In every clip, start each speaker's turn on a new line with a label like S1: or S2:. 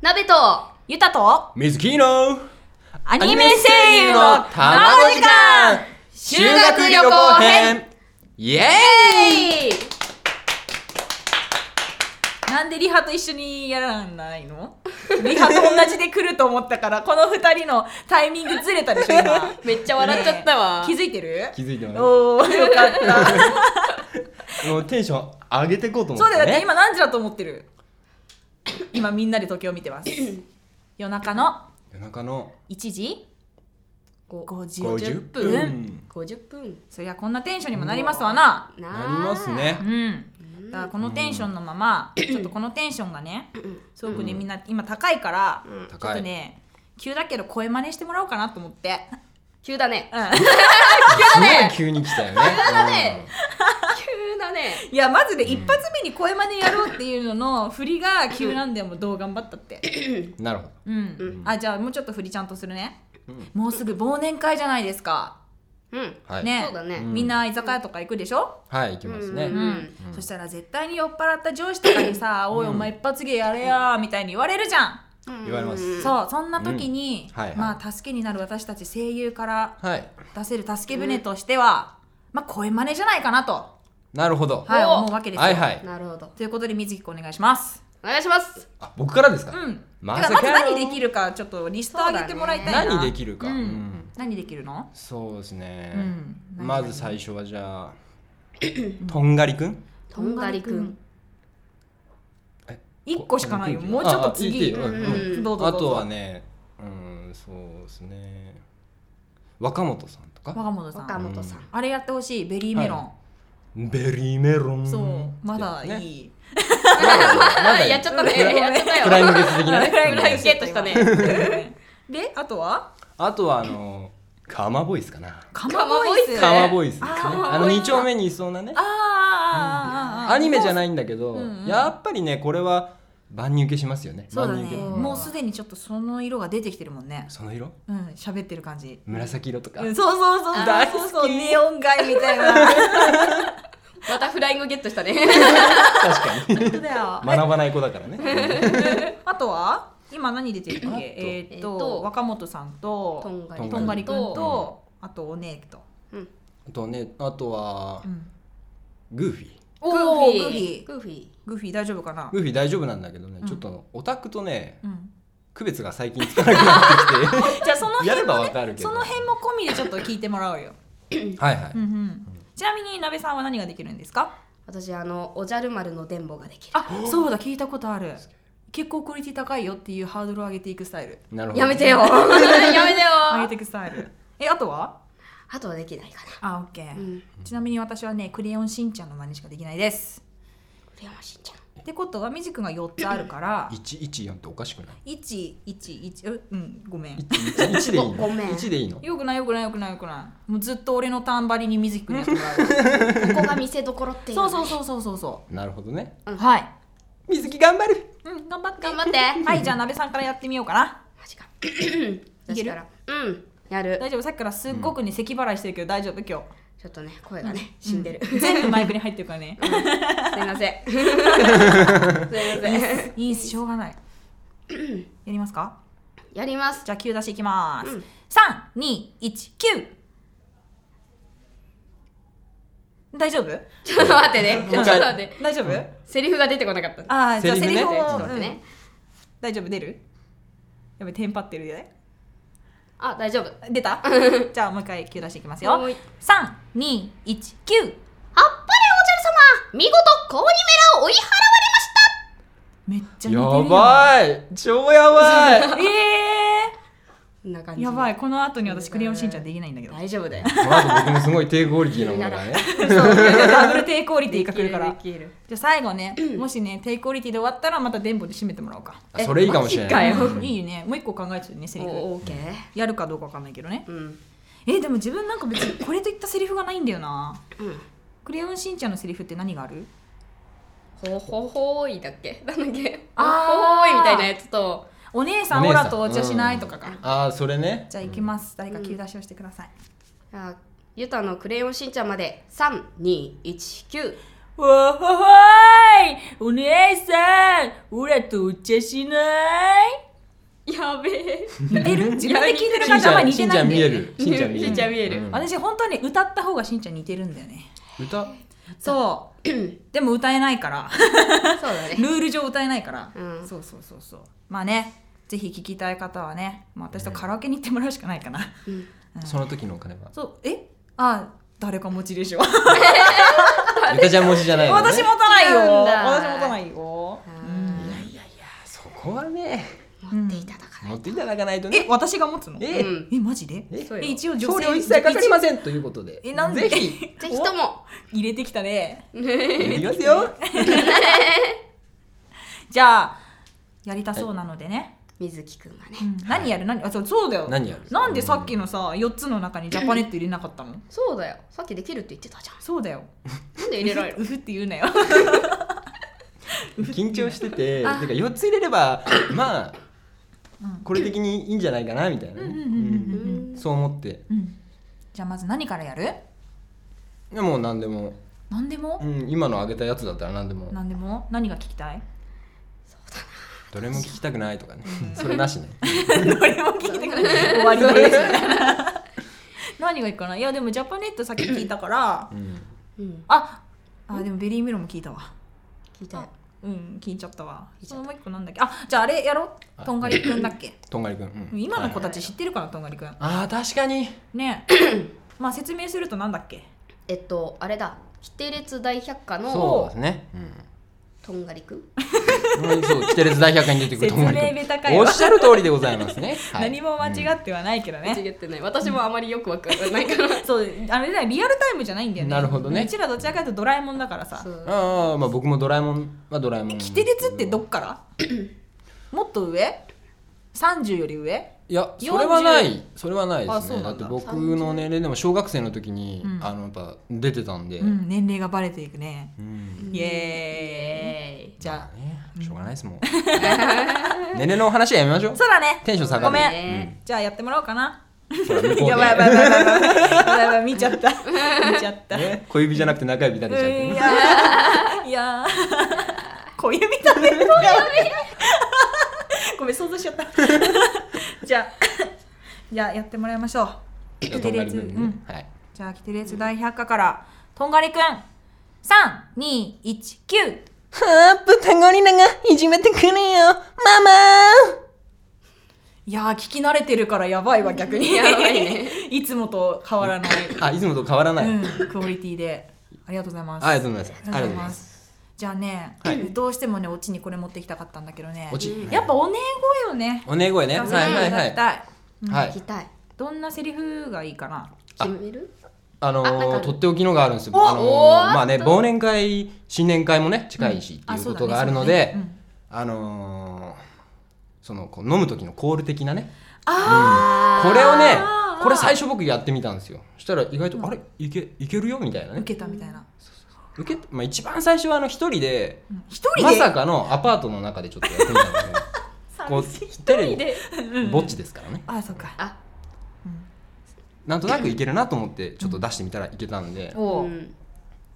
S1: 鍋と
S2: ゆたと
S3: 水木の
S2: ア
S3: ア
S2: ニメ声優の卵時間
S1: 修学旅行編
S3: イエー
S2: なんでリハと一緒にやらないのリハと同じで来ると思ったからこの二人のタイミングずれたでしょ今
S1: めっちゃ笑っちゃったわ、
S2: 気づいてる
S3: 気づいてま
S2: おおよかった
S3: すもうテンション上げていこうと思
S2: そう
S3: って
S2: だよだって
S3: ね
S2: 今何時だと思ってる今みんなで時計を見てます夜中の
S3: 夜中の
S2: 1時
S1: ご
S2: 5時
S1: 50
S3: 50分
S1: 分50分
S2: そりゃこんなテンションにもなりますわな
S1: な
S3: なりますね
S2: うんだからこのテンションのまま、ちょっとこのテンションがねすごくね、みんな今高いから、ちょっ
S3: 高
S2: と
S3: い
S2: ね急だけど声真似してもらおうかなと思って、
S1: 急だね
S2: うん
S3: すごい急に来たよね
S1: ね急だね
S2: いやまずね、一発目に声真似やろうっていうのの振りが急なんだよもうどう頑張ったって
S3: うんなるほど
S2: うん、あじゃあもうちょっと振りちゃんとするね、
S3: うん
S2: もうすぐ忘年会じゃないですか
S1: うん
S3: はい
S2: ね
S1: そうだね
S2: みんな居酒屋とか行くでしょ、
S3: はい行きますね
S1: う
S2: うん
S1: ん
S2: そしたら絶対に酔っ払った上司とかにさ「おいお前一発芸やれや」みたいに言われるじゃん
S3: 言われます
S2: そうそんな時に、
S3: うんはいはい
S2: まあ助けになる私たち声優から
S3: はい
S2: 出せる助け舟としては、まあ声真似じゃないかなと、
S3: なるほど
S2: はい、
S1: お
S2: 思うわけですよ、
S3: はいはい
S1: なるほど
S2: ということで水木くんお願いします
S1: お願いします
S3: あ僕からですか
S2: うん
S3: ま
S2: だ
S3: さ
S2: か
S3: から
S2: まず何できるかちょっとリスト上げてもらいたいな、
S3: 何できるか
S2: うん
S3: うん
S2: 何できるの
S3: そうですね
S2: うん
S3: まず最初はじゃあとんがりくん
S1: とんがりくん
S3: え
S2: 1個しかないよ
S3: こ
S2: もうちょっと
S3: ああいい
S2: 次
S3: ようん
S1: うん
S2: うんどうぞどうぞ
S3: あとはねうんそうですね若本さんとか
S2: 若者さ
S1: 岡
S2: ん
S1: 本さん
S2: あれやってほしいベリーメロン、
S3: ベリーメロン
S2: そうまだ
S3: ね
S2: いい、
S3: だいい
S1: やっちゃったねやっちゃったよ
S3: フライングゲット的なね
S2: フライングゲ
S1: ゲットしたね
S2: であとは
S3: あとはあのカマボイスかな
S2: カ
S1: マボイス
S3: カマボイスですね
S2: カマボイス
S3: あの二丁目にいそうなね
S2: あーあーあーあーあー
S3: アニメじゃないんだけど
S2: うんうん
S3: やっぱりねこれは万人受けしますよね
S2: そうだ
S3: 万
S2: ね
S3: 人受け
S2: もうすでにちょっとその色が出てきてるもんね
S3: その色
S2: うん喋ってる感じ
S3: 紫色とか
S2: うんそうそうそう
S3: 大好き
S2: そうそうネオン街みたい な
S1: またフライングゲットしたね
S3: 確かに
S2: 本当だよ
S3: 学ばない子だからね
S2: あとは今何出てるっけえーっ
S1: えーっ
S2: と
S1: と
S2: 若本さんと
S1: とんがり
S3: くん
S2: とんがりくん
S1: と
S2: とあとお姉と
S1: うん
S3: あとねあとは
S2: うん
S3: グーフィー
S1: グ
S2: おー
S1: グーフィー
S2: グーフィー大丈夫かな
S3: グーフィー大丈夫なんだけどね
S2: うん
S3: ちょっとオタクとね
S2: うん
S3: 区別が最近つかなくなって
S2: じゃあその
S3: きてや
S2: 辺
S3: れ
S2: も
S3: ばわかるけど
S2: その辺も込みでちょっと聞いてもらおうよ
S3: はいはい
S2: うんうんちなみに鍋さんは何ができるんですか
S1: 私あのおじゃる丸の電ボができる
S2: あそうだ聞いたことある結構クオリティ高いよっていうハードルを上げていくスタイル
S3: なるほど
S1: やめてよやめて
S2: 上げ
S1: よ
S2: ていくスタイル えあとは
S1: あとはできないか
S2: あオッケ
S1: なう
S2: ー、
S1: ん
S2: ちなみに私はねクレヨンしんちゃんの真似しかできないです
S1: クレヨンしんちゃん
S2: ってことはみじくんが4つあるから
S3: 114っておかしくない
S2: 111ううんごめん
S3: 1でいい
S1: ごごめ
S3: の
S1: ん
S3: 1でいいの
S2: よくないよくないよくないよくないもうずっと俺のタンバリにみじくんやって もらう
S1: ここが見せどころっていう
S2: そうそうそうそうそうそ
S3: なるほどね
S2: うはい
S3: 水木頑張る
S2: うん頑張って
S1: 頑張って
S2: はいじゃあ鍋さんからやってみようかな
S1: マジか
S2: いける
S1: 私からうんやる
S2: 大丈夫さっきからすっごくね咳払いしてるけど大丈夫今
S1: ちょっとね声がね死んでる、
S2: 日全部マイクに入ってるか らね
S1: すいません すいません
S2: いいっすしょう がないやりますか
S1: やります
S2: じゃあ9出しいきます。
S1: うん
S2: 三二一九。大丈夫？
S1: ちょっと待ってねちょっと待って
S2: 大丈夫？
S1: セリフが出てこなかった
S2: ああじゃあセ
S3: セリフね
S2: リフを、
S3: ちょっと
S1: 待ってね
S2: うん大丈夫出る？やべテンパってるよね。
S1: あ大丈夫
S2: 出た？じゃあもう一回9出しいきますよ
S1: はーい。
S2: 三二一九。
S1: あっぱれおじゃる様見事コウニメラを追い払われました
S2: めっちゃ似てる
S3: や
S2: よ。
S3: ばい超やばい
S2: え
S1: こんな感
S2: ー、
S1: じ
S2: やば
S1: い
S2: いこの後に私クレヨンしんちゃんできないんだけど。
S1: 大丈夫だよ
S3: まず僕もすごい低クオリティなものがね
S2: そうダブル低クオリティが来るから。
S1: できる
S2: じゃあ最後ね、もしね低クオリティで終わったらまた電報で締めてもらおうか。
S3: あそれいいかもしれない
S1: えマジか
S2: いいねもう一個考えてるねセ
S1: で
S2: リ
S1: きる
S2: フ。
S1: おオーケー
S2: やるかどうかわかんないけどね
S1: うん
S2: えーでも自分なんか別にこれといったセリフがないんだよな
S1: うん
S2: 「クレヨンしんちゃん」のセリフって何がある
S1: ほほほーいだっけなんだっけほ
S2: あ
S1: ほー
S2: ー
S1: いみたいなやつと
S2: お姉さんオ
S3: お姉さん
S2: ラとお茶しないとかか、
S3: あーそれね
S2: じゃあ行きます誰か急出しをしてください、
S1: あゆたのクレヨンしんちゃんまで三二一九
S2: わーはーいお姉さんオラとお茶しない
S1: やべえ
S2: 似てる自分で聞いてる感
S3: しん
S2: じ
S3: ち
S2: あん
S3: ゃ
S2: ま
S3: ん
S2: 似
S3: してんち
S2: な
S3: ゃ
S2: いん
S3: ん
S2: だ
S3: 見え
S2: よ、ね、
S3: るしんちゃん見える
S1: しんちゃん見える
S3: うん
S2: 私本当に歌った方がしんちゃん似てるんだよね
S3: 歌
S2: そうでも歌えないから
S1: そうだ
S2: ル
S1: ね
S2: ール上歌えないから、
S1: うん
S2: そうそうそうそうまあねぜひ聞きたい方はね、まあ、私とカラオケに行ってもらうしかな いかな、
S1: うん
S2: うん
S3: その時のお金は
S2: そうえあ誰か持ちでしょ
S3: ゆかちゃん持ちじゃないのね
S2: 私持たない
S1: 違
S2: よ
S1: うんだ
S2: 私持たないよ、
S1: ー
S2: うん
S3: いやいやそこはね
S1: 持っていただか
S3: 持っていただかないとね
S2: え私が持つの
S1: ら
S3: え
S1: うん
S2: えマジで
S3: え
S1: そうよ
S2: え一応女性
S3: 送料一切かかりませんということで
S2: えなんで
S3: ぜひ
S1: ぜひとも
S2: 一入れてきたね
S3: いきますよ
S2: じゃあやりたそうなのでね、
S1: 水木くんがね
S2: うん何やる何あそうそうだよ
S3: 何やる
S2: なんでさっきのさ4つの中にジャパネット入れなかったの
S1: そうだよさっきできるって言ってたじゃん
S2: そうだよ
S1: なんで入れないの
S2: うふって言うなよ
S3: 緊張し てててか
S1: あ
S3: 4つ入れればまあ
S2: うん
S3: これ的にいいんじゃないかなみたいなね
S2: うんうんうんうん
S1: うん
S3: そう思って
S2: うんじゃあまず何からやる
S3: でも何でも、
S2: 何でも
S3: うん、今のあげたやつだったら何でも
S2: 何でも何が聞きた い
S3: どれも聞きたくないとかね それなしね
S2: どれも聞いてくれ終わりです何がいいかないやでもジャパネットさっき聞いたから
S3: うん
S1: うん
S2: ああでもベリーメロンも聞いたわ
S1: 聞いたよ
S2: うん聞いちゃったわ
S1: 聞いち
S2: そ
S1: ゃった
S2: のもう一個なんだっけあじゃああれやろ
S3: あ
S2: とんがりくんだっけ
S3: とんがりくん、うん、
S2: 今の子た
S3: ち
S2: ち知ってるかなとんがりくん
S3: あー確かに
S2: ね まあ説明するとなんだっけ
S1: えっとあれだ規定列大百科
S3: そうで
S1: の
S3: すね
S1: とんがりくん
S3: うん、うん、そう「キテレツ大百科」に出てくるとんがりくん
S2: 説明下手かよ
S3: おっしゃる通りでございますね、はい
S2: 何も間違ってはないけどね
S1: 違ってない私もあまりよくわからないから
S2: そうあれだよリアルタイムじゃないんだよね
S3: なるほどね
S2: うちらどちらかというとドラえもんだからさ
S1: そう
S3: うんああまあ僕もドラえもんはドラえもん
S2: キテレツってどっからもっと上 ?30 より上
S3: いやそれはないそれはないで
S2: あ
S3: す
S2: そ
S3: ね
S2: う
S3: だ
S2: な
S3: っ
S2: ん
S3: て
S2: だ
S3: 僕の年齢でも小学生の時に、
S2: うん
S3: あのやっぱ出てたんで、
S2: うん年齢がバレていくね
S3: うん
S2: イエーイじゃ
S3: まあねしょうがないですもん 年齢の話はやめましょ
S2: あ
S3: う
S2: そうだね
S3: テンション下がる
S2: ごめん、
S1: ね
S2: じゃあやってもらおうかな
S3: ほら向こうで
S2: やばいやばいやばいやばいやばいやばい 見ちゃった見ちゃった、
S3: ね小指じゃなくて中指立てちゃって
S2: うんい
S3: ね
S2: やーいやー小指食べるごめん想像し ちゃったじゃあじゃあやってもらいましょう
S3: じゃあとんがりくんね
S2: うん
S3: はい
S2: じゃあ、キテレツ大百科から、とんがりくん、三二一九。
S4: はあ、豚ゴリラがいじめてくれよ、ママ
S2: いやー、聞き慣れてるからやばいわ、逆 に。
S1: やばいね
S2: いつもと変わらない、
S3: あいつもと変わらない、
S2: うん
S3: あ、
S2: クオリティで。ありがとうございます。
S3: ありがとうございますありが
S2: ありが
S3: と
S2: とうござ
S3: うござい
S2: い
S3: ま
S2: ますす。じゃあね、どうしてもね、オチにこれ持ってきたかったんだけどね
S3: お。ち
S2: やっぱおねえ声をね、
S3: おねえ声ね
S2: 出
S3: は
S2: さ
S3: い
S2: せてい
S3: はい
S2: ただ
S3: はい
S2: きたい。
S3: は
S1: 聞き
S3: い
S1: たい
S2: どんなセリフがいいかな。
S1: 決める
S3: あの
S1: あなんかある
S3: ー、とっておきのがあるんですよ
S2: お
S3: あのー
S1: おー
S3: まあね忘年会新年会もね近いしって
S2: あ
S3: いう
S2: そ
S3: こ
S2: だね
S3: とがあるので、
S2: そうだねうん
S3: あのーそのこう飲む時のコール的なね
S1: あ
S3: これをね
S2: あー
S3: これ最初僕やってみたんですよそしたら意外と、あれいけいけるよみたいなね
S2: 受けたみたいな。
S3: 受け、まあ、一番最初はあの一人で
S2: うん一人
S3: ま
S2: で。
S3: さかのアパートの中でちょっとやってみたんだけどこうテレビぼっちですからね
S2: あ、そうか。
S1: あ
S3: なんとなくいけるなと思ってちょっと出してみたらいけたんで、
S2: お
S1: う
S2: う。
S1: ん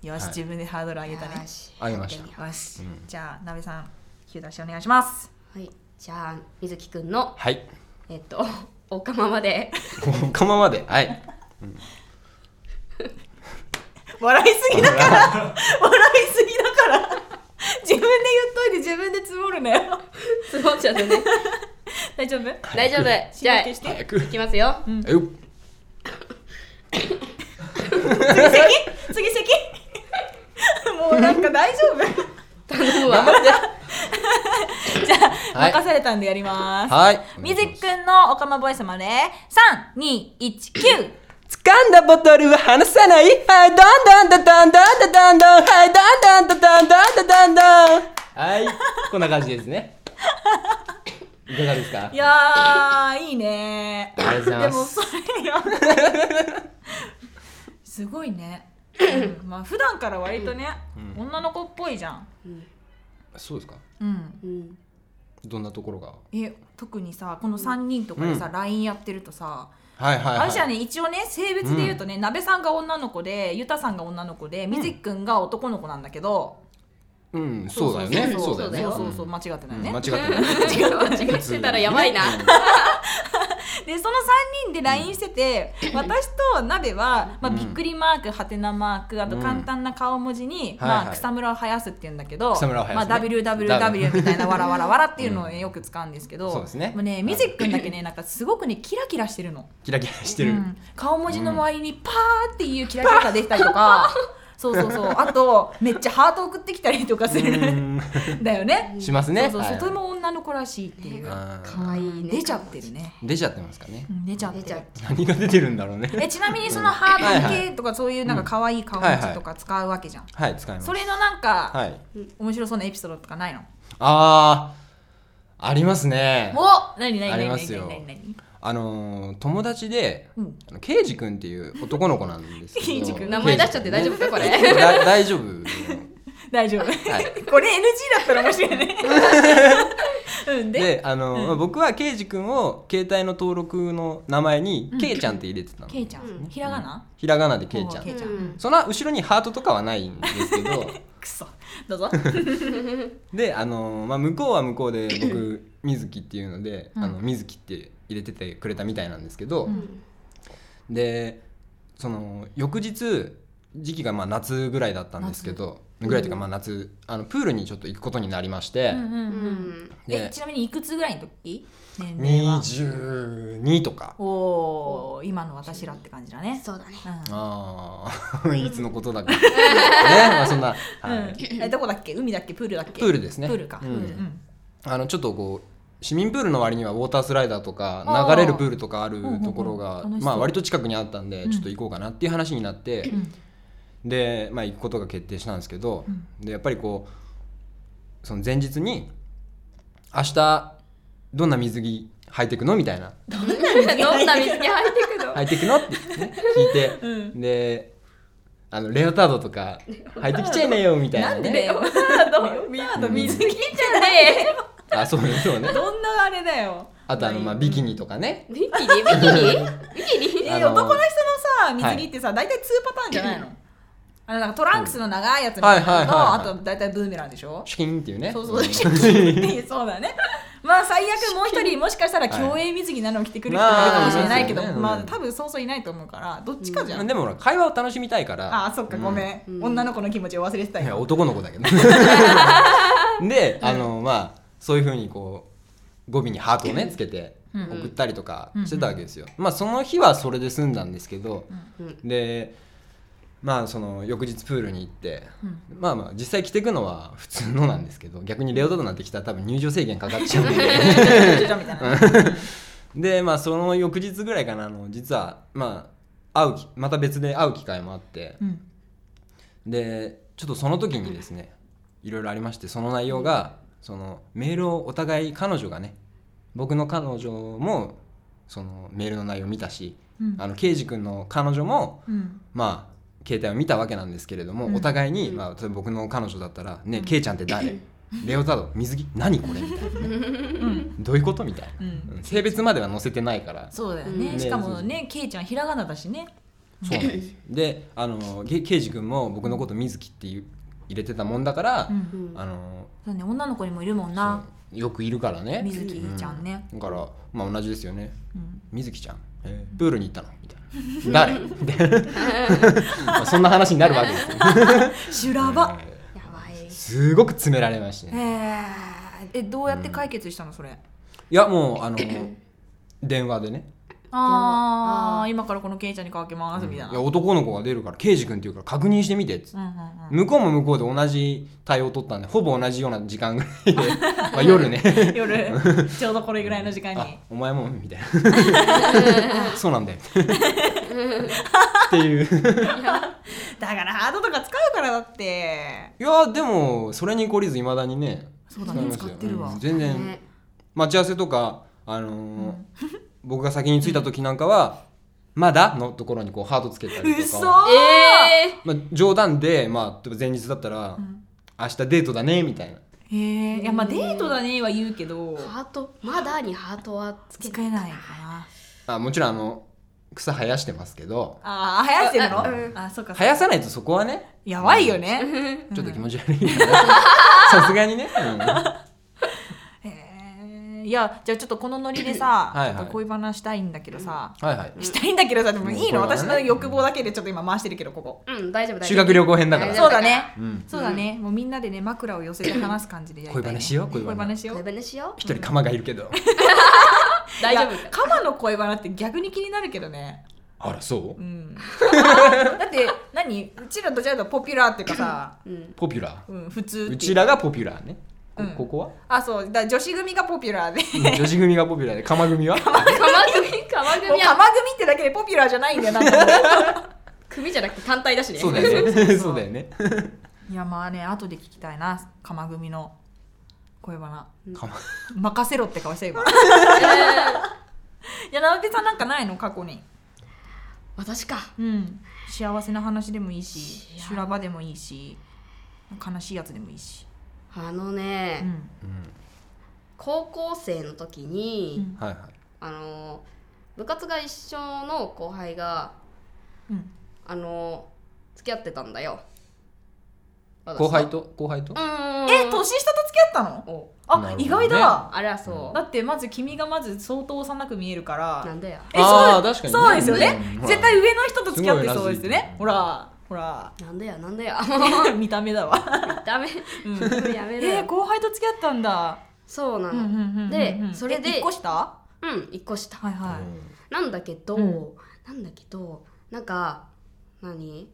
S2: よし、
S3: はい
S2: 自分でハードル上げたね。
S1: よし
S3: あげました
S1: やってみよ
S2: よし、
S3: うん
S2: じゃあ鍋さん急出しお願いします
S1: うはいじゃあ水木くんの
S3: はい
S1: えっと おかままで
S3: このままではい
S2: 笑いすぎ だから笑いすぎだから自分で言っといて自分でつぼるなよ
S1: つぼっちゃった ね
S2: 大丈夫
S1: 大 丈夫じゃあ
S2: 神経
S1: い
S2: して
S3: 早 く
S1: きますよ
S3: えよ
S2: 次席次席もうなんか大丈夫
S1: 頼むわ
S2: じゃあ、
S3: はい
S2: 任されたんでやります
S3: はい
S2: みずきくんのおかまボイスまで三二一九
S4: 掴んだボトルは離さないはい、どんどんどんどんどんどんどんはい、どんどんどんどんどんどんどん
S3: はいこんな感じですねいかがですか
S2: いやーいいね
S3: ありがとうござ
S2: で
S3: いま
S2: も
S3: す
S2: それやばいすごい ね、うんまあ普段から割とね、
S3: うん
S2: 女の子っぽいじゃん
S1: うん
S3: そうですか
S2: うん
S1: うん
S3: どんなところが
S2: え特にさこの3人とかでさ、
S3: うん
S2: LINE やってるとさ、
S3: はいはいは
S2: あれ
S3: い
S2: じゃね一応ね性別で言うとね、なべさんが女の子でゆたさんが女の子でみずきくんが男の子なんだけど、
S3: うんそうだよね
S1: そ
S3: そうう
S1: そ
S3: だ
S1: う
S3: よ
S1: だ
S3: ね
S1: よ
S2: そうそうそう間違ってないね、
S3: うん間違ってな い
S1: 違う間違ってたらやばいな。
S2: でその3人で LINE してて、私と鍋は、まあ、
S3: うん
S2: びっくりマークはてなマークあと
S3: うん
S2: 簡単な顔文字に、
S3: はいはい
S2: まあ、草むらを生やすっていうんだけど、
S3: 草むらを生やすね
S2: まあ、WWW みたいなわらわらわらっていうのを
S3: うん
S2: よく使うんですけど、
S3: そうですね
S2: もうねみずきくんだけねなんかすごくねキラキラしてるの、
S3: キラキラしてる、
S2: うん顔文字の周りにパーっていうキラキラができたりとか。 そうそうそうあとめっちゃハート送ってきたりとかするん
S3: うん
S2: だよね。
S3: しますね
S2: そうそう
S3: はい
S2: とても女の子らしいっていう
S3: あー
S1: 可愛いね。
S2: 出ちゃってるね。
S3: 出ちゃってますかね
S2: うん出ちゃって
S1: 出
S2: る
S1: ちゃう。
S3: 何が出てるんだろうね
S2: えちなみにそのハート
S3: はい
S2: 系とかそういうなんか可愛い顔文字とか使うわけじゃん、
S3: はい使います
S2: それのなんか
S3: はい
S2: 面白そうなエピソードとかないの
S3: あーありますね
S2: お何何
S3: あ
S2: 何何
S3: りますよ
S2: 何何何
S3: あのー友達で、
S2: うん
S3: あのケイジ君っていう男の子なんですけ ど
S2: ケイジ君
S1: 名前出しちゃって大丈夫かこれ。
S3: 夫だ大 丈夫
S2: 大丈夫、
S3: い
S2: これ NG だったら面白い ねうんで
S3: であのー僕はケイジ君を携帯の登録の名前に、
S2: うん
S3: ケイちゃんって入れてたの
S2: ケイちゃん、
S1: うん
S2: ひらがな
S3: ひらがなでケイちゃ
S2: ほうほうケイ
S3: ん
S2: ちゃん、
S1: うん
S3: その後ろにハートとかはないんですけど
S2: くそどうぞ
S3: であのー、まあ、向こうは向 こうで僕水木っていうので、
S2: うん
S3: あの水木って入れててくれたみたいなんですけど、
S2: うん
S3: でその翌日時期がまあ夏ぐらいだったんですけどぐらいというかまあ夏あのプールにちょっと行くことになりまして
S2: うんうんう
S1: うんん。
S2: え
S3: で
S2: ちなみにいくつぐらいの時年齢は
S3: 22とか
S2: おお今の私らって感じだね
S1: そうだね。
S2: う
S3: ああ いつのこと だかねまあそんな、
S2: ん、う
S3: はい
S2: ん、えどこだっけ海だっけプールだっけ
S3: プールですね
S2: プールか、
S3: うん
S2: プールうん
S3: あのちょっとこう市民プールの割にはウォータースライダーとか
S2: あー
S3: 流れるプールとかあるところが
S2: うんうんうん楽しそう
S3: まあ割と近くにあったんで
S2: うん
S3: ちょっと行こうかなっていう話になって、
S2: ん
S3: で、まあ、行くことが決定したんですけど、
S2: うん
S3: でやっぱりこうその前日に明日どんな水着履いてくのみたいな
S1: どんな水着入ってくの？
S3: 履いてくのって、ね、聞いて、
S2: う
S3: であのレオタードとか履いてきちゃいなよみたいな、
S2: なん
S3: ね、
S2: でだよ。
S3: ド水
S2: 着じゃない。
S3: あそうねそうね
S2: どんなあれだよ。
S3: あとあの、まあ、ビキニとかね
S1: ビキニ？ビキニ？ビキニ？
S2: え
S3: あの
S2: 男の人のさ水着ってさ大体2パターンじゃないの。 あのなんかトランクスの長いやつみたいなの
S3: はい
S2: と
S3: はい
S2: あ
S3: はいはい
S2: と大体ブーメランでしょ。
S3: シュキンっていうね
S2: そう そう。
S3: ん
S2: シャキーンそうだね。まあ最悪もう一人もしかしたら競泳水着なのを着てくる人もいるかもしれないけど、
S3: まあ
S2: まあ
S3: うん
S2: 多分そうそういないと思うからどっちかじゃん。
S3: でもほら会話を楽しみたいから
S2: ああそっかごめん、
S1: うん
S2: 女の子の気持ちを忘れてた
S3: いや
S2: よ。
S3: 男の子だ けどであのまあそういうふうにこう語尾にハートをねつけて
S2: うん
S3: 送ったりとかしてたわけですよ、まあその日はそれで済んだんですけど、
S1: う
S3: でまあその翌日プールに行って、
S2: うん
S3: まあまあ実際着てくのは普通のなんですけど逆にレオタードなんて着たら多分入場制限かかっちゃうんで
S2: みたいな。
S3: でまあその翌日ぐらいかなあの実はまあ会うきまた別で会う機会もあって、
S2: うん
S3: でちょっとその時にですねいろいろありましてその内容がそのメールをお互い彼女がね僕の彼女もそのメールの内容を見たし、
S2: うん
S3: あの刑事君の彼女も
S2: うん
S3: まあ携帯を見たわけなんですけれども、
S2: うん
S3: お互いに、
S1: うん
S3: まあ、例えば僕の彼女だったら「ねえケイちゃんって 誰レオタード水着何これ?」みたいな
S2: うん
S3: 「どういうこと?」みたい
S2: うん
S3: な、うん性別までは載せてないから
S2: そうだよ
S1: う
S2: ね。
S1: ん
S2: しかもね、ケイちゃんひらがなだしね。
S3: そうなんですよであのけ刑事君も僕のこと「水木」っていう入れてたもんだから、
S2: うん。
S1: ん。
S3: あの
S2: そうね、女の子にもいるもんな。
S3: そうよくいるからね
S2: 水木ちゃんね。
S3: だからまあ同じですよね
S2: うん。
S3: 水木ちゃん、えープールに行ったのみたいな誰 みたい なまあそんな話になるわけです
S2: 修
S3: よ、
S2: 羅場。
S3: えー
S1: やばい。
S3: すごく詰められまし
S2: え
S3: たね
S2: ーえ、どうやって解決したのそれ。
S3: いやも うあの電話でね
S2: ああ、今からこのケイちゃんにかけますみたい
S3: い
S2: な。
S3: や
S2: うん
S3: 男の子が出るから刑事君っていうから確認してみてっつって
S2: うん
S3: 向こうも向こうで同じ対応を取ったんでほぼ同じような時間ぐらいで まあ夜ね
S2: うん。夜、ちょうどこれぐらいの時間
S3: あ
S2: に。
S3: お前もみたい なそうなんだよっていう
S2: だからハードとか使うからだって。
S3: いやーでもそれに懲りずいまだにね
S2: そうだね
S3: 使いますよ
S2: 使ってるわ
S3: うん全然
S1: ね
S3: 待ち合わせとか、あのー僕が先に着いた時なんかは「まだ?」のところにこうハートつけたりと
S2: 嘘
S3: か、
S1: ええ。
S3: まあ、冗談で、まあ、例えば前日だったら「明日デートだね」みたいな
S2: えへえいやまあデートだねは言うけど
S1: ハートまだにハートはつけ
S2: 使えないかな
S3: あもちろんあの草生やしてますけど
S2: ああ生やしてる
S1: あうん
S2: のあそうか
S3: 生やさないとそこはね
S2: やばいよね
S3: ちょっと気持ち悪いん だなさすがにね、うん
S2: へえいやじゃあちょっとこのノリでさ
S3: はいはい
S2: ちょっと恋バナしたいんだけどさ
S3: はいはい
S2: したいんだけどさでもいいの
S3: うん
S2: 私の欲望だけでちょっと今回してるけどここ
S1: うん大丈夫大丈夫
S3: 修学旅行編だから
S1: 大丈
S2: そ
S1: 夫
S2: うだね
S3: うん
S2: そうだねもうみんなでね枕を寄せて話す感じでやりたいね
S3: 恋バナしよう恋
S2: 恋
S3: バナ
S2: バナしよ
S1: 恋
S2: う
S1: バナしよう
S3: 一人釜がいるけど
S1: 大丈
S2: いや
S1: 夫
S2: カマの恋バナって逆に気になるけどね
S3: あらそううん
S2: だって何うちらどちらかとポピュラーっていうかさ、
S1: うん
S3: ポピュラ
S2: うん、普通ってい
S3: ー
S2: う
S3: うちらがポピュラーねこ
S2: うん
S3: ここは
S2: あそうだから女子組がポピュラーで
S3: うん女子組がポピュラーで釜組は
S1: 鎌組鎌
S2: もう
S1: 組
S2: カ
S1: は
S2: マ組ってだけでポピュラーじゃないんだよなんかも
S1: 組じゃなくて単体だしね
S3: そうだよねそうだよね
S2: ういやまあね後で聞きたいなカマ組の恋バナ
S3: 釜
S2: 任せろって顔して 今い
S1: えー
S2: やなべさんなんかないの過去に
S1: 私か
S2: うん幸せな話でもいいし
S1: 幸せ
S2: 修羅場でもいいし悲しいやつでもいいし、
S1: あの
S2: う
S1: ね、
S2: ん、
S3: うん
S1: 高校生の時に、
S2: うん
S3: はいはい
S1: あの部活が一緒の後輩が
S2: うん
S1: あの付き合ってたんだよ私
S3: 後輩と後輩と
S1: うーん
S2: え年下と付き合ったの
S1: お
S3: なる
S2: あ
S3: ほどね
S2: 意外だ、
S1: あれはそ
S2: だってまず君がまず相当幼く見えるか
S1: うな
S2: ら
S1: んだよ
S2: えそう
S3: あー確かにね
S2: そうですよね、
S3: うん
S2: 絶対上の人と付き合ってそうですよね
S3: す
S2: ほ
S3: ごい
S2: らほら
S1: なんだよなんだよ
S2: 見た目だわ、
S1: ダメ
S2: うん、
S1: やめろよ
S2: えー、後輩と付き合ったんだ、
S1: そうな
S2: うんうん
S1: の
S2: うんうん
S1: で
S2: うん
S1: それで
S2: え一個下は
S1: うん一個した
S2: いは
S3: う
S1: なんだけど、
S2: うん
S1: なんだけどなんか何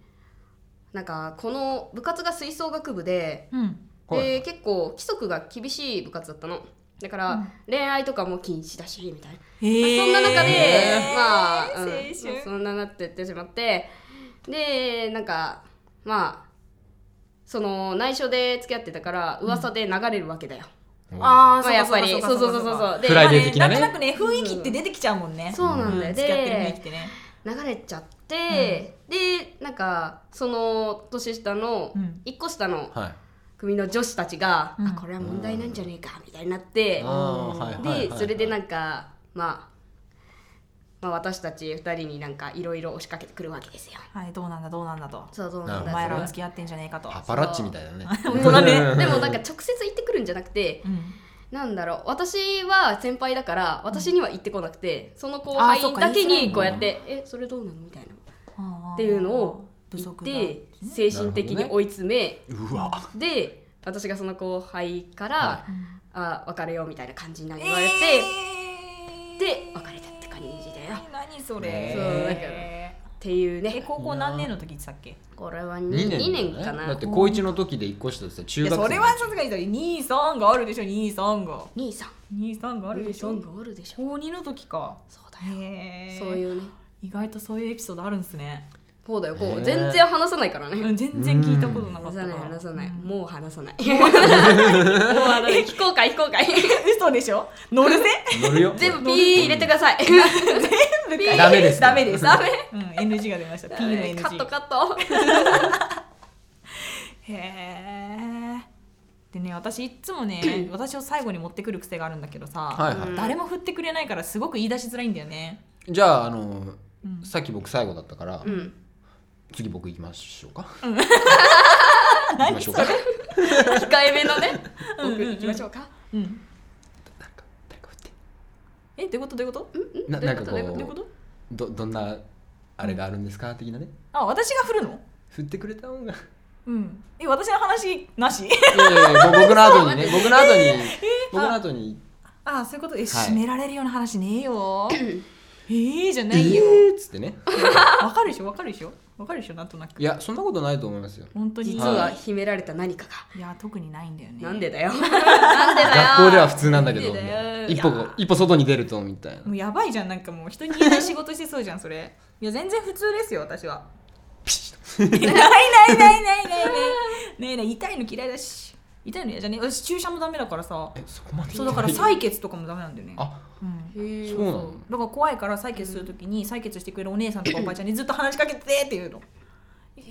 S1: なんかこの部活が吹奏楽部で
S2: い、うん
S3: んはい
S1: で結構規則が厳しい部活だったのだから、
S2: うん
S1: 恋愛とかも禁止だしみたいな
S2: え
S1: そんな中で、
S3: へ
S1: まあ、
S2: 青
S1: うん
S2: 春
S1: そんななってってしまってでなんかまあその内緒で付き合ってたから噂で流れるわけだよ、
S2: ああ、
S1: まあやっぱりそうそうそうそう
S2: か
S1: そう
S3: フライ
S1: で
S3: デー的なね
S2: まあなんとなくね雰囲気って出てきちゃうもんね、
S1: そうなんだよ、
S2: うん
S1: で
S2: 付き合ってる雰囲気ってね
S1: 流れちゃって、でなんかその年下の
S2: うん
S1: 1個下の
S3: はい
S1: 組の女子たちが、
S2: うん
S1: あこれは問題なんじゃねえかみたいになって、
S3: あーはいはいはいは
S1: で
S3: い
S1: それでなんかまあまあ私たち2人になんかいろいろ押しかけてくるわけですよ。
S2: はいどうなんだどうなんだと
S1: そうそうなん
S2: お
S3: なるほど
S1: だ
S2: 前
S1: よ
S2: らは付き合ってんじゃねえかと
S3: パパラッチみたいだね
S2: 本当だね
S1: でもなんか直接言ってくるんじゃなくて
S2: うん
S1: なんだろう私は先輩だから私には言ってこなくてその後
S2: あそ
S1: 輩
S2: うか
S1: だけ
S2: 言い
S1: に
S2: づらい
S1: こうやって「えそれどうなの?」みたいな
S2: っ
S1: っていうのを
S2: 不
S1: 言っ
S2: 足
S1: て精神的に追い詰め、
S3: うわ
S1: で私がその後輩から「
S3: は
S1: あ別れよ」みたいな感じにな
S2: え
S1: 言われて、
S2: ー
S1: で別れたって感じだよっ
S2: 何そ
S3: ね
S2: れ
S1: そうだからていう
S2: え
S1: ね
S2: 高校何年の時言ってたっけ
S1: これは 2,
S3: 2年
S1: 年
S3: だよね
S1: かな
S3: だって高一の時で一個下ですよ中
S2: いや
S3: 学生
S2: それはさすがに2 3があるでしょ2 3が
S1: 兄さん
S2: 2 3があるで
S1: 兄
S2: し
S1: さ
S2: ょ
S1: んがおるでしょ
S2: 高2の時か
S1: そうだよ、
S2: へえ
S1: そういうね
S2: 意外とそういうエピソードあるんですね
S1: そうだよこう、
S3: へー
S1: 全然話さないから
S2: う
S1: ね
S2: ん全然聞いたことなかっ
S1: 話
S2: た
S1: さな
S2: な
S1: い話さない、
S2: うん
S1: もう話さないもう話さ ない非公開非公開
S2: 嘘でしょ乗 るぜ
S3: 乗るよ
S1: 全部ピー入れてください
S2: 全部かい
S3: ダメです
S2: ダメです
S1: ダメ
S2: うん NG が出ました P の NG
S1: カットカット
S2: へえでね私いっつもね私を最後に持ってくる癖があるんだけどさ、
S3: はいは
S1: うん
S2: 誰も振ってくれないからすごく言い出しづらいんだよね、
S3: いじゃああの
S2: うん、
S3: さっき僕最後だったから
S1: うん
S3: 次僕行きましょうか行きましょうか
S1: 控えめのね
S2: うんうん
S1: 僕行きましょうか
S2: うん、
S3: なんか誰か振っ
S2: えどういうことどういうこと
S3: てな
S1: どうい
S3: な
S1: うんこと
S3: か
S1: どういうこと
S2: どういう
S3: こ
S2: こと
S3: うどどんなあれがあるんですか的なね
S2: あ私が振るの
S3: 振ってくれた方がい
S2: うんえ私の話なし
S3: やいやいや僕の後にね 僕の後に僕の後に
S2: あそういうことえ
S3: はい
S2: 締められるような話ねえよえー、じゃ
S3: 「
S2: ないよ
S3: えー」っつってね
S2: わかるでしょわかるでしょわかるでしょなんとなく
S3: いやそんなことないと思いますよ
S2: 本当に
S1: 実は秘められた何かが
S2: いや特にないんだよね
S1: なんでだよなんでだよ
S3: 学校では普通なんだけど
S1: なんでだよ
S3: 一歩一歩外に出るとみたいな
S2: もうやばいじゃんなんかもう人に言えない仕事してそうじゃんそれいや全然普通ですよ私は ないないないないないないないない痛いの嫌いだし痛いの嫌じゃねえ私注射もダメだからさ
S3: えそこまで
S2: そうだから採血とかもダメなんだよね
S3: あ
S2: う
S1: へ
S2: ん
S1: ー
S3: そうなの
S2: だから怖いから採血するときに採血してくれるお姉さんとかおばあちゃんにずっと話しかけてっていうの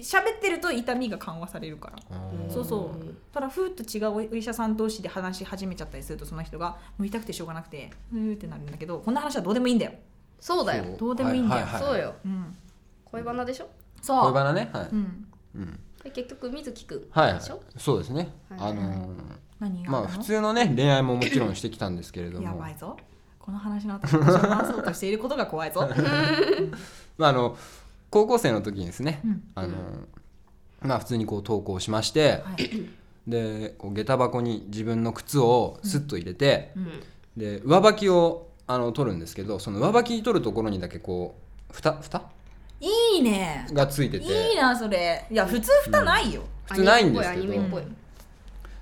S2: 喋ってると痛みが緩和されるからそうそうただふーっと違うお医者さん同士で話し始めちゃったりするとその人がもう痛くてしょうがなくてうーってなるんだけどこんな話はどうでもいいんだよ
S1: そうだよ
S3: そ
S2: どうでもいいんだよ
S3: はは
S1: そうよ
S2: うん
S1: 恋バナでしょ
S2: そう
S3: 恋バナね、はい
S2: うん、
S3: うん
S1: で結局水木くん
S3: はいは
S1: でしょ
S3: い、そうですね、
S1: はい
S3: あのー
S2: 何が
S3: まあ普通のね恋愛ももちろんしてきたんですけれど
S2: や
S3: も
S2: ばいぞこの話の後に回そうとしていることが怖いぞ
S3: まあ、あの高校生の時にですね、
S2: うん
S3: あのーまあ普通にこう投稿しまして、
S2: はい、
S3: でこう下駄箱に自分の靴をスッと入れて、
S2: うん
S3: で上履きをあの取るんですけどその上履き取るところにだけこう蓋蓋
S2: いいね
S3: がついてて
S2: いいなそれいや普通蓋ないよ、
S3: 普通ないんです
S1: ア
S3: け
S1: ニ
S3: ど
S1: メっぽいアニメっ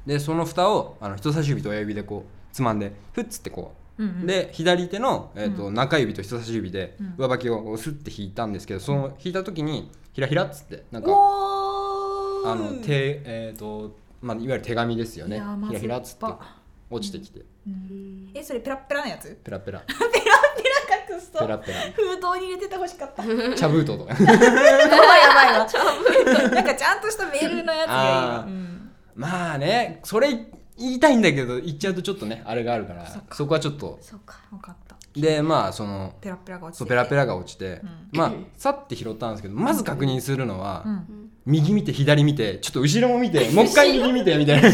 S3: でその蓋をあの人差し指と親指でこうつまんでふっつってこう、
S2: うんうん
S3: で左手の、えーと
S2: う
S3: 中指と人差し指で
S2: うん
S3: 上履きをスッて引いたんですけどその引いた時にひらひらっつってなんか
S2: おー
S3: あの手えっ、とまあいわゆる手紙ですよ
S2: い
S3: ね
S2: やまず
S3: ひらひらっつって
S2: ば
S3: 落ちてきて
S1: ぽい
S2: えそれペラッペラのやつ
S3: ペラペラ
S2: 隠す
S3: ペ
S2: と
S3: ラペラ
S2: 封筒に入れててほしかった や
S3: 茶封筒 とか
S2: ば いわなんかちゃんとしたメールのやつがいいわ
S3: あー
S2: うん
S3: まあねそれ言いたいんだけど言っちゃうとちょっとねあれがあるから
S2: そっか
S3: そこはちょっと
S1: そうか
S2: 分かった
S3: でまあその
S2: ペラッペラが落ちて
S3: そう
S2: て
S3: ペラペラが落ちて、
S2: う
S3: まあさって拾ったんですけどまず確認するのは、
S2: うん
S3: 右見て左見てちょっと後ろも 見てもう一回右見てみたいな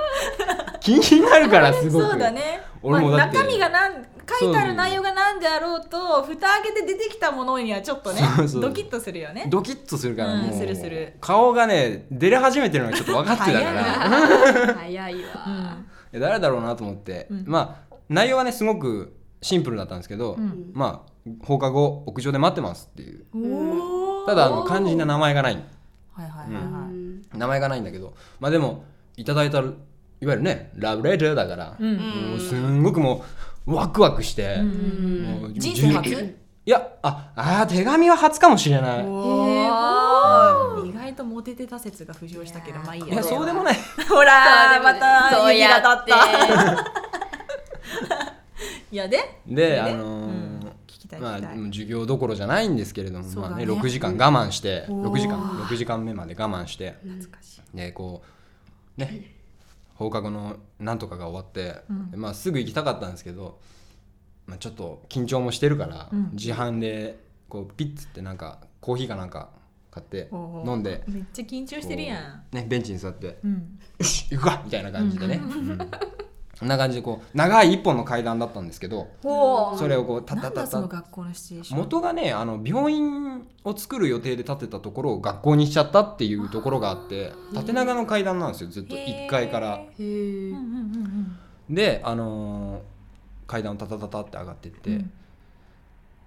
S3: 気になるからすごく
S2: そうだね
S3: 俺もだって
S2: まあ中身がなん書いてある内容が何であろうと蓋開けて出てきたものにはちょっとね
S3: そうそう
S2: ドキッとするよね
S3: ドキッとするから
S2: うん
S3: もう、
S2: するする
S3: 顔がね出れ始めてるのがちょっと分かってたから
S2: 早
S3: い
S1: 早いわ、
S2: うん
S3: や誰だろうなと思って、
S2: うん
S3: まあ内容はねすごくシンプルだったんですけど、
S2: うん
S3: まあ放課後屋上で待ってますっていう
S2: おー
S3: ただあの肝心な名前がない
S2: はいはいはい
S1: うん
S2: は
S3: 名前がないんだけどまあでもいただいたいわゆるねラブレターだから、
S2: いうん
S3: もうすんごくもうワクワクして、
S2: うん
S3: もう
S2: 人生初
S3: いやああー手紙は初かもしれない
S2: おー意外とモテてた説が浮上したけどまあいいや
S3: いやそうでもない
S2: ほらーまた
S1: そう
S2: 指
S1: や
S2: が
S1: っ
S2: 立
S1: て
S2: ったいやで
S3: であのー
S2: うん聞きたい
S3: ま
S2: 聞
S3: あ
S2: き
S3: で
S2: たい
S3: も授業どころじゃないんですけれども、
S2: そうだね
S3: まあね、6時間我慢して
S2: うん
S3: 6時間
S2: おー
S3: 6時間目まで我慢して
S2: 懐かしい
S3: でこうね放課後のなんとかが終わって、
S2: うん
S3: でまあ、すぐ行きたかったんですけど、まあ、ちょっと緊張もしてるから、
S2: うん
S3: 自販でこうピッつってなんかコーヒーかなんか買って
S2: おー
S3: 飲んで
S2: めっちゃ緊張してるやん
S3: ね、ベンチに座って
S2: うん
S3: 行くかみたいな感じでね、うんそんな感じでこう長い一本の階段だったんですけど
S2: ほ
S3: それをこうタ
S2: な
S3: タ
S2: ん
S3: タ
S2: だその
S3: タ
S2: 学校のシチュエーション
S3: 元がねあの病院を作る予定で建てたところを学校にしちゃったっていうところがあって縦長の階段なんですよずっと1階から
S2: へ
S1: へ
S2: ー
S1: え
S2: うんうんうんうん
S3: であのー階段をタタタタって上がってって、
S2: うん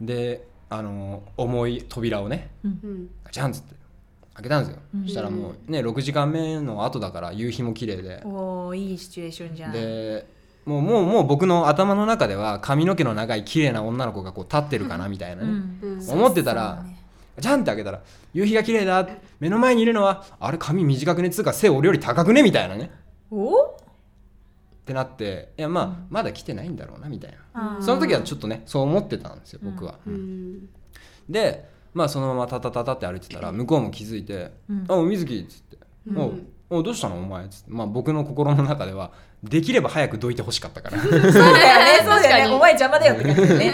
S3: であのー重い扉をね
S1: うん
S3: ガチャンっつって開けたんですよ、
S2: うん
S3: したらもうね6時間目の後だから夕日も綺麗で
S2: おーいいシチュエーションじゃん
S3: でもうもうもう僕の頭の中では髪の毛の長い綺麗な女の子がこう立ってるかなみたいな
S2: う
S3: ね、
S2: ん
S1: うん
S3: 思ってた
S2: そう
S3: ら
S2: ね
S3: ジャンって開けたら夕日が綺麗だ目の前にいるのはあれ髪短くねつうか背俺より高くねみたいなね
S2: お
S3: ってなっていやまあ、まだ来てないんだろうなみたいな
S2: あー
S3: その時はちょっとねそう思ってたんですよ僕は、
S1: うん
S3: でまあそのままタタタタって歩いてたら向こうも気づいて「
S2: うん
S3: あお水木」っつって「
S1: うん
S3: おうおうどうしたのお前」っつって、まあ、僕の心の中ではできれば早くどいてほしかっ たから
S2: そうだよねそう
S1: 確
S2: だ
S1: か
S2: よ
S1: に
S2: ねお前邪魔だよって感じだね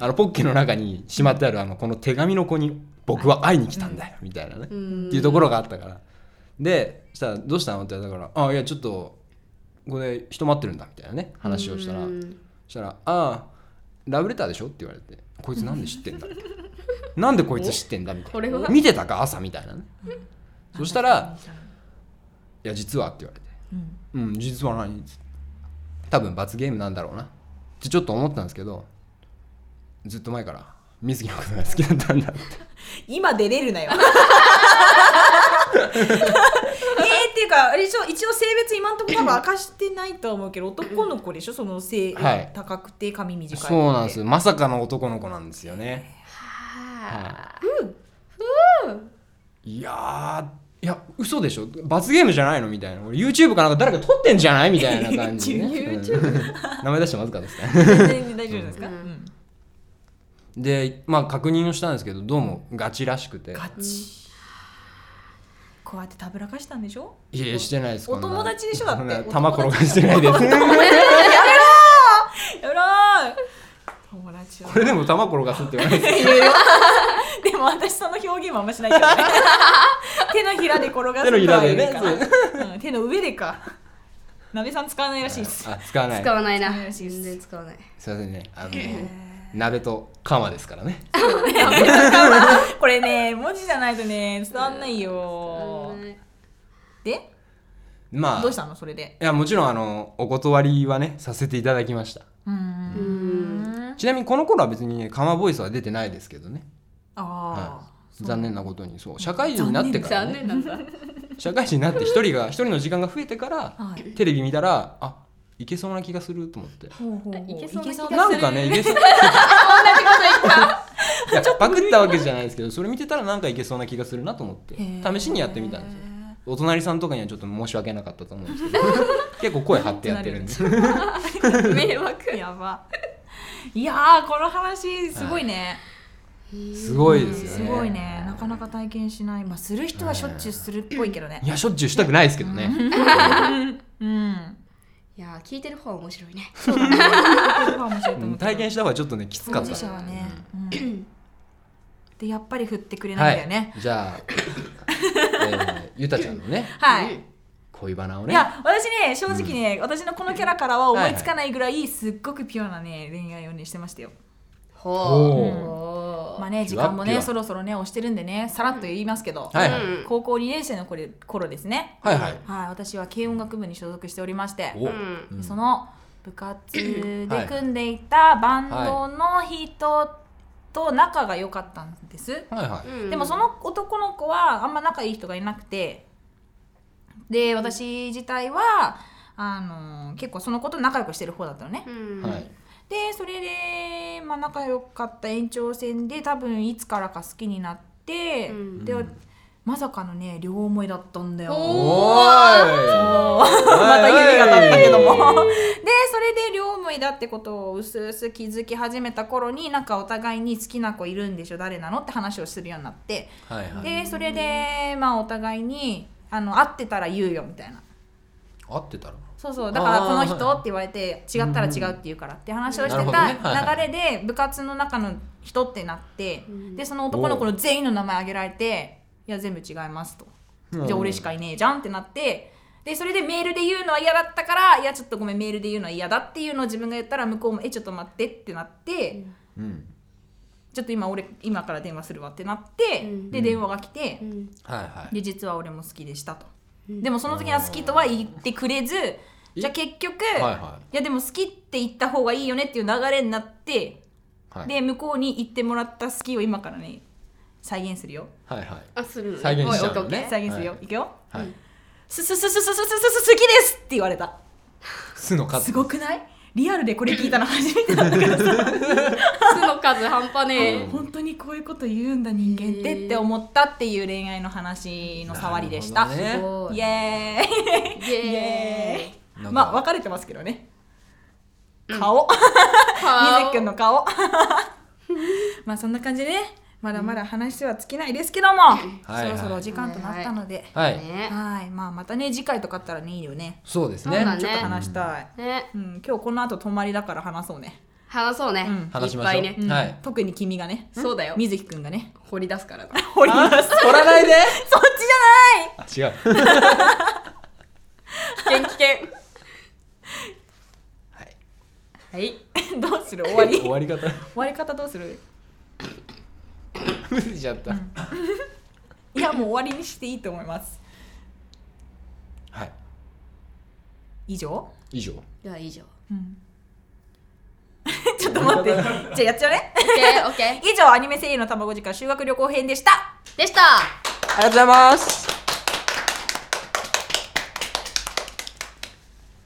S3: あのポッケの中にしまってあるあのこの手紙の子に僕は会いに来たんだよみたいなね、
S1: うん
S3: っていうところがあったからでしたら「どうしたの?」って言われたから「あいやちょっとここで人待ってるんだ」みたいなね話をしたら、
S1: うん
S3: したら「ああラブレターでしょ?」って言われて「こいつなんで知ってんだ?」 みたいな「なんでこいつ知ってんだ?」みた
S1: こ
S3: い
S1: れ
S3: な「
S1: は
S3: 見てたか朝」みたいなね、そしたら「いや実は」って言われて
S2: うん
S3: 「うん実は何?」多分罰ゲームなんだろうなってちょっと思ったんですけどずっと前から水木のことが好きだったんだって
S2: 今出れるなよえーっていうかあれでしょ一応性別今んところ多分明かしてないとは思うけど男の子でしょその性、
S3: はい
S2: 高くて髪短いって
S3: そうなんですよまさかの男の子なんですよねはいいやーいや嘘でしょ罰ゲームじゃないのみたいな俺 YouTube かなんか誰か撮ってんじゃないみたいな感じで、ね、うん名前出してまずかったですね
S2: 全然大丈夫ですか、
S1: うん
S2: うん
S3: でまあ確認をしたんですけどどうもガチらしくて
S2: ガチこうやってたぶらかしたんでしょ
S3: いやいやしてないです
S2: お友達でしょだ
S3: そ
S2: っ
S3: んな
S2: て
S3: 玉転がしてないです
S2: やろう友達を
S3: これでも玉転がすって言わないです
S2: でも私その表現はあんましないけどね手のひらで転がす
S3: 手のひらでね
S2: とかは言うからうん手の上でか鍋さん使わないらしいです
S3: あ使わない
S1: 使わない
S2: 使わな
S1: ない
S2: し
S1: 全然使わない
S3: すいませんねあの鍋と釜ですからね
S2: これね文字じゃないとね伝わんないよ
S1: はい
S2: で
S3: まあ
S2: どうしたのそれで
S3: いやもちろんあのお断りはねさせていただきました
S2: うーん
S1: うん
S3: ちなみにこの頃は別にね釜ボイスは出てないですけどね、は
S2: あ
S3: い、残念なことにそう社会人になってから、
S1: 残
S3: ね、
S1: 念なんだ
S3: 社会人になって一人が一人の時間が増えてから
S2: あはい
S3: テレビ見たらあいけそうな気がすると思って
S2: ほうほうほう
S1: いけそうな気がする
S3: なんかねいけそう いやパクったわけじゃないですけどそれ見てたらなんかいけそうな気がするなと思って
S2: へー
S3: 試しにやってみたんですよお隣さんとかにはちょっと申し訳なかったと思うんで すけど結構声張ってやってるんで
S1: 迷惑
S2: やばいやーこの話すごいね、
S3: すごいですよ
S2: す
S3: ね
S2: ごいねなかなか体験しないまあする人はしょっちゅうするっぽいけどね
S3: いやしょっちゅうしたくないですけどね
S2: うん
S1: いやー聞いてる方は面白いね
S3: うん体験した方がちょっとねきつか
S2: 当
S3: った
S2: 事者はね、うんでやっぱり振ってくれ
S3: は
S2: ないんだよ
S3: い
S2: ね
S3: じゃあえーゆたちゃんのね
S2: はい、い
S3: 恋バナをね
S2: や私ね正直ね、私のこのキャラからは思いつかないぐらいすっごくピュアなね恋愛をねしてましたよ
S1: ほう
S2: まあね
S3: ピ
S2: 時
S3: ュア
S2: 間も
S3: ピュ
S2: ね
S3: ア
S2: そろそろね押してるんでねさらっと言いますけど、
S3: はいは
S1: う
S3: い
S1: ん
S2: 高校2年生の頃頃ですね
S3: はいはい
S2: はい私は軽音楽部に所属しておりまして
S3: お
S1: うん
S3: うん
S2: その部活で組んでいたバンドの人と仲が良かったんです、
S3: はいは
S1: うん
S2: でもその男の子はあんま仲いい人がいなくてで私自体はあの結構その子と仲良くしてる方だったのね
S1: う、
S3: い
S1: ん
S3: はい
S2: でそれで、まあ、仲良かった延長戦で多分いつからか好きになって、
S1: うん
S2: でまさかのね両思いだったんだよ。
S1: おー
S3: おーい
S2: また指が立ったけどもでそれで両思いだってことをうすうす気づき始めた頃になんかお互いに好きな子いるんでしょ誰なのって話をするようになって
S3: はいはい
S2: でそれでまあお互いにあの会ってたら言うよみたいな
S3: 合ってたら
S2: そうそうだから
S3: あー
S2: この人って言われて違ったら違うって言うからって話をして
S3: なるほどねはいは
S2: た
S3: い
S2: 流れで部活の中の人ってなって
S1: うん
S2: でその男の子の全員の名前挙げられて「いや全部違います」と。じゃあ俺しかいねえじゃんってなってでそれでメールで言うのは嫌だったからいやちょっとごめんメールで言うのは嫌だっていうのを自分が言ったら向こうも「えちょっと待って」ってなって、
S3: うん
S2: ちょっと今俺今から電話するわってなって、
S1: うん
S2: で電話が来て、
S1: うん
S3: はいはい
S2: で実は俺も好きでしたと、
S1: うん
S2: でもその時は好きとは言ってくれずじゃあ結局、
S3: はい
S2: い
S3: は
S2: やでも好きって言った方がいいよねっていう流れになって、
S3: はい
S2: で向こうに言ってもらった好きを今からね再現するよ、
S3: はいはい
S1: あするの
S3: 再現しちゃう
S1: おい
S3: の
S1: オッケーオッ
S3: ね
S2: 再現するよ、、
S3: はい
S2: くよ
S3: はい
S2: すすすすすすすす好きですって言われた
S3: 巣の数
S2: すごくないリアルでこれ聞いたの初めてだったからさ
S1: ケー巣の数半端ね
S2: 本当にこういうこと言うんだ人間っ
S1: へ
S2: て
S1: ー
S2: って思ったっていう恋愛の話の触りでした、
S3: なるほどね
S1: えすごい
S2: イエー
S1: イ
S2: イイ
S1: エ
S2: エーイ
S3: なんか
S2: まあ別れてますけどね顔
S1: ーイか
S2: みずきくんの顔 まあそんな感じでねまだまだ話は尽きないですけども、
S3: はい
S2: そろそろお時間となったので、
S3: は
S1: ね
S3: い
S2: はいまあまたね次回とかあったらねいいよね
S3: そうです
S1: そう
S3: ね
S1: だね
S2: ちょっと話したい、
S1: ね
S2: うん、今日この後泊まりだから話そうね、
S1: 話そうね、
S2: うん
S3: 話しま
S1: い
S3: し
S1: っ
S3: ょ
S1: ぱいね、
S3: うはい
S2: 特に君がね
S1: そうだよ
S2: 水木くんがね
S1: 掘り出す からな
S2: 掘ります そっちじ
S3: 取らないで
S2: ゃない
S3: あ違う
S1: 危険危険
S3: い
S1: はい
S2: どうする終わり
S3: 終
S2: 終
S3: わり方
S2: わり方どうする
S3: 無理ちゃった
S2: いやもう終わりにしていいと思います
S3: はい
S2: 以上、
S3: 以上
S1: では以上オッ
S2: うん、ちょっと待ってじゃあやっちゃうね
S1: ケーオッケ
S2: 以上アニメ声優の卵時間修学旅行編でした
S1: ーでした
S4: ありがとうございます